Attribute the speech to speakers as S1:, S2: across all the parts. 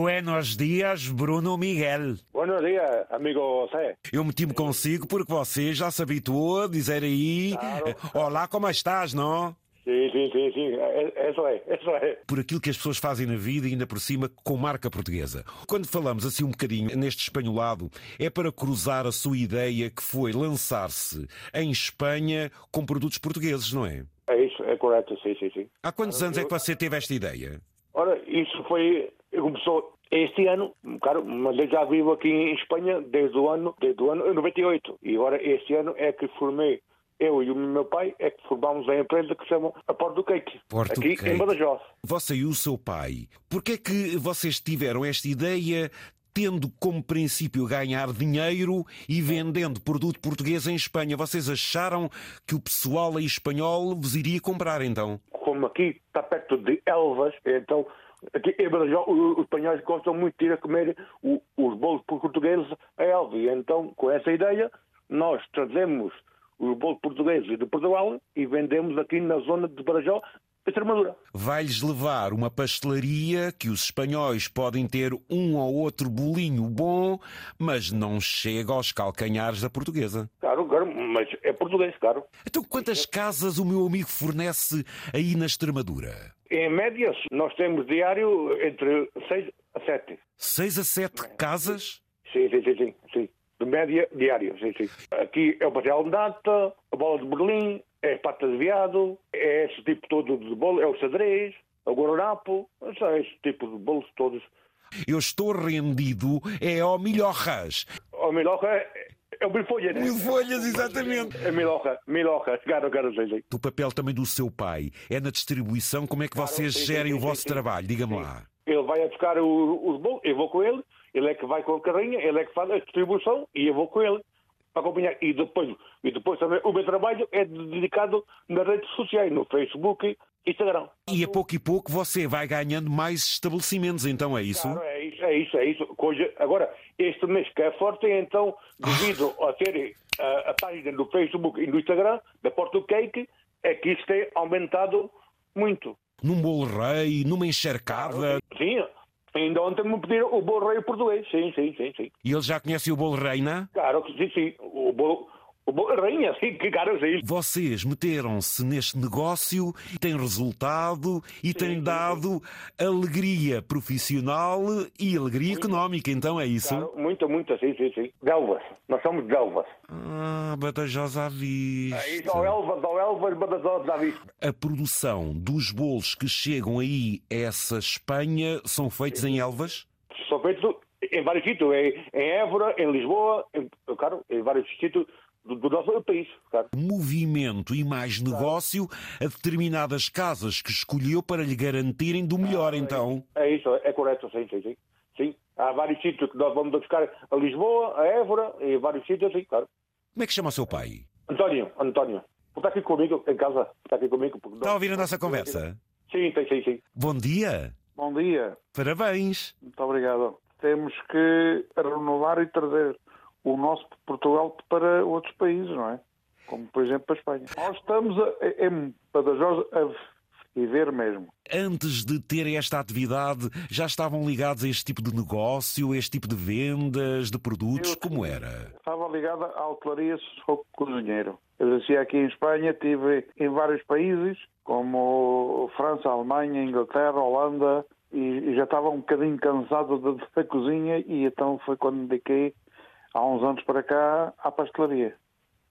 S1: Buenos dias, Bruno Miguel.
S2: Buenos días, amigo José.
S1: Eu meti-me consigo porque você já se habituou a dizer aí eh,
S2: Claro.
S1: Olá, como estás, não?
S2: Sí, sí, sí, sí, e- eso es, eso es.
S1: Por aquilo que as pessoas fazem na vida e ainda por cima com marca portuguesa. Quando falamos assim um bocadinho neste espanholado, é para cruzar a sua ideia que foi lançar-se em Espanha com produtos portugueses, não é?
S2: Isso é correto, sim, sim, sim.
S1: Há quantos anos é que você teve esta ideia?
S2: Ora, isso foi, começou este ano, claro, mas eu já vivo aqui em Espanha desde o ano, desde o ano 98. E agora este ano é que formei, eu e o meu pai, é que formamos a empresa que se chama a Porto do Cake.
S1: Porto do
S2: aqui
S1: Cake.
S2: em Badajoz.
S1: Você e o seu pai, porquê é que vocês tiveram esta ideia tendo como princípio ganhar dinheiro e vendendo produto português em Espanha? Vocês acharam que o pessoal aí espanhol vos iria comprar então?
S2: como aqui está perto de Elvas, então aqui em Badajoz o- os espanhóis gostam muito de ir a comer o- os bolos portugueses a Elvas. E Então, com essa ideia, nós trazemos os bolos portugueses de Portugal e vendemos aqui na zona de Badajoz, Extremadura.
S1: Vai-lhes levar uma pastelaria que os espanhóis podem ter um ou outro bolinho bom, mas não chega aos calcanhares da portuguesa.
S2: Claro, claro, mas é português, claro.
S1: Então, quantas casas o meu amigo fornece aí na Extremadura?
S2: Em médias, nós temos diário entre 6 a 7.
S1: Seis a sete casas?
S2: Sim, sim, sim, sim. sim. De média diária, sim, sim. Aqui é o pastel de nata, a bola de berlim, é pata de veado, é esse tipo todo de bolo, é o xadrez, é o guaranapo, são esse tipo de bolos todos.
S1: Eu estou rendido é ao milhojas.
S2: A milhoca é, é o milfolha, né?
S1: Mil folhas, exatamente.
S2: É milhoca, milhoca, claro, claro, sim, sim.
S1: O papel também do seu pai é na distribuição. Como é que vocês
S2: sim, sim,
S1: gerem
S2: sim,
S1: o vosso
S2: sim.
S1: trabalho? Diga-me lá.
S2: Ele vai a buscar o- os bolos, eu vou com ele, ele é que vai com a carrinha, ele é que faz a distribuição e eu vou com ele para acompanhar. E depois, e depois também o meu trabalho é dedicado nas redes sociais, no Facebook, Instagram.
S1: E a pouco e pouco você vai ganhando mais estabelecimentos, então é isso?
S2: Claro, é isso, é isso, é isso. Coisa- Agora, este mês que é forte, então, devido a ter a, a página do Facebook e do Instagram, da Porto Cake, é que isso tem aumentado muito.
S1: Num bolo rei, numa
S2: É.
S1: encharcada.
S2: Sim, ainda ontem me pediram o bolo rei português. Sim, sim, sim, sim.
S1: E eles já conhecem o bolo rei, não? é?
S2: Claro que sim, sim. O bolo, o bolo rainha, sim, que cara, sim.
S1: Vocês meteram-se neste negócio, tem resultado e tem dado alegria profissional e alegria económica, então é isso?
S2: Claro, muita, muita, sim, sim, sim. Delvas, nós somos Delvas.
S1: Ah, Badajoz à vista.
S2: É isso, ao Elvas, ao Elvas, Badajoz, da Vista.
S1: A produção dos bolos que chegam aí a essa Espanha são feitos em Elvas?
S2: são feitos em vários sítios, em, em Évora, em Lisboa, em, claro, em vários sítios do, do nosso país. Claro.
S1: Movimento e mais negócio a determinadas casas que escolheu para lhe garantirem do melhor, então.
S2: É isso, é correto, sim, sim, sim. Sim, há vários sítios que nós vamos buscar a Lisboa, a Évora, e vários sítios, sim, claro.
S1: Como é que chama o seu pai?
S2: António, António, está aqui comigo em casa, está aqui comigo. Porque
S1: Está a ouvir Tá a nossa conversa?
S2: Sim, sim, sim, sim.
S1: Bom dia!
S3: Bom dia,
S1: Parabéns!
S3: muito obrigado. Temos que renovar e trazer o nosso Portugal para outros países, não é? Como, por exemplo, a Espanha. Nós estamos a- a- em Badajoz a viver mesmo.
S1: Antes de terem esta atividade, já estavam ligados a este tipo de negócio, a este tipo de vendas, de produtos? Como era?
S3: Estava ligada à hotelaria, sou cozinheiro. Exerci aqui em Espanha, estive em vários países, como França, Alemanha, Inglaterra, Holanda, e e já estava um bocadinho cansado da, da cozinha e então foi quando me dediquei, há uns anos para cá, à pastelaria,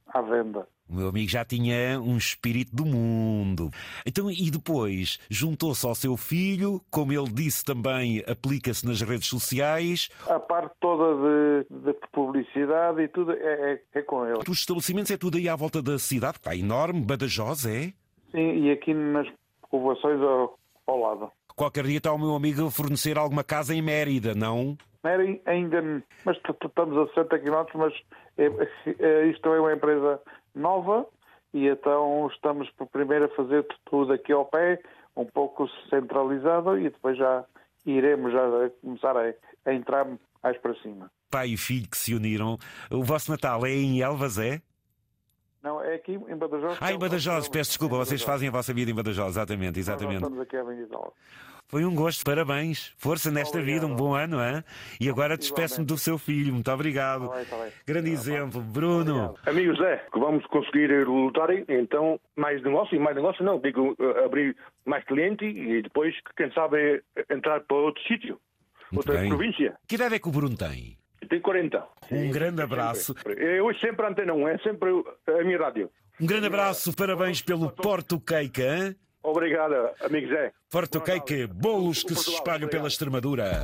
S3: à venda.
S1: O meu amigo já tinha um espírito do mundo. Então, e depois juntou-se ao seu filho, como ele disse também, aplica-se nas redes sociais.
S3: A parte toda de, de publicidade e tudo é, é- é com ele.
S1: Os estabelecimentos é tudo aí à volta da cidade, que está enorme, Badajoz, é?
S3: Sim, e aqui nas povoações ao, ao lado.
S1: Qualquer dia está o meu amigo a fornecer alguma casa em Mérida, não?
S3: Não era em- ainda, mas t- t- estamos a 60 km, mas é- é- isto é uma empresa nova e então estamos por primeiro a fazer t- tudo aqui ao pé, um pouco centralizado e depois já iremos já começar a, a entrar mais para cima.
S1: Pai e filho que se uniram. O vosso Natal é em Elvas, é?
S3: Não, é aqui em Badajoz.
S1: Ah, em Badajoz, peço desculpa,
S3: então, é Em
S1: vocês
S3: Badajoz.
S1: fazem a vossa vida em Badajoz, exatamente,
S3: Nós
S1: exatamente.
S3: Estamos aqui a Avenida Alves.
S1: Foi um gosto, parabéns. Força nesta
S3: Obrigado.
S1: vida, um bom ano, hein? E agora despeço-me do seu filho, muito obrigado.
S3: Tá bem, tá bem.
S1: Grande exemplo, Bruno.
S2: Amigos, é que vamos conseguir lutar, então, mais negócio, e mais negócio não, digo, eh, abrir mais cliente e depois, quem sabe, eh, entrar para outro sítio,
S1: Muito
S2: outra
S1: bem.
S2: província.
S1: Que idade é que o Bruno tem?
S2: Tem 40.
S1: Um grande abraço.
S2: Eu hoje sempre a antena 1, é sempre a minha rádio.
S1: Um grande abraço, parabéns pelo Porto Cake, hein?
S2: Obrigado, amigo Zé.
S1: Porto Cake, bolos que se espalham pela Extremadura.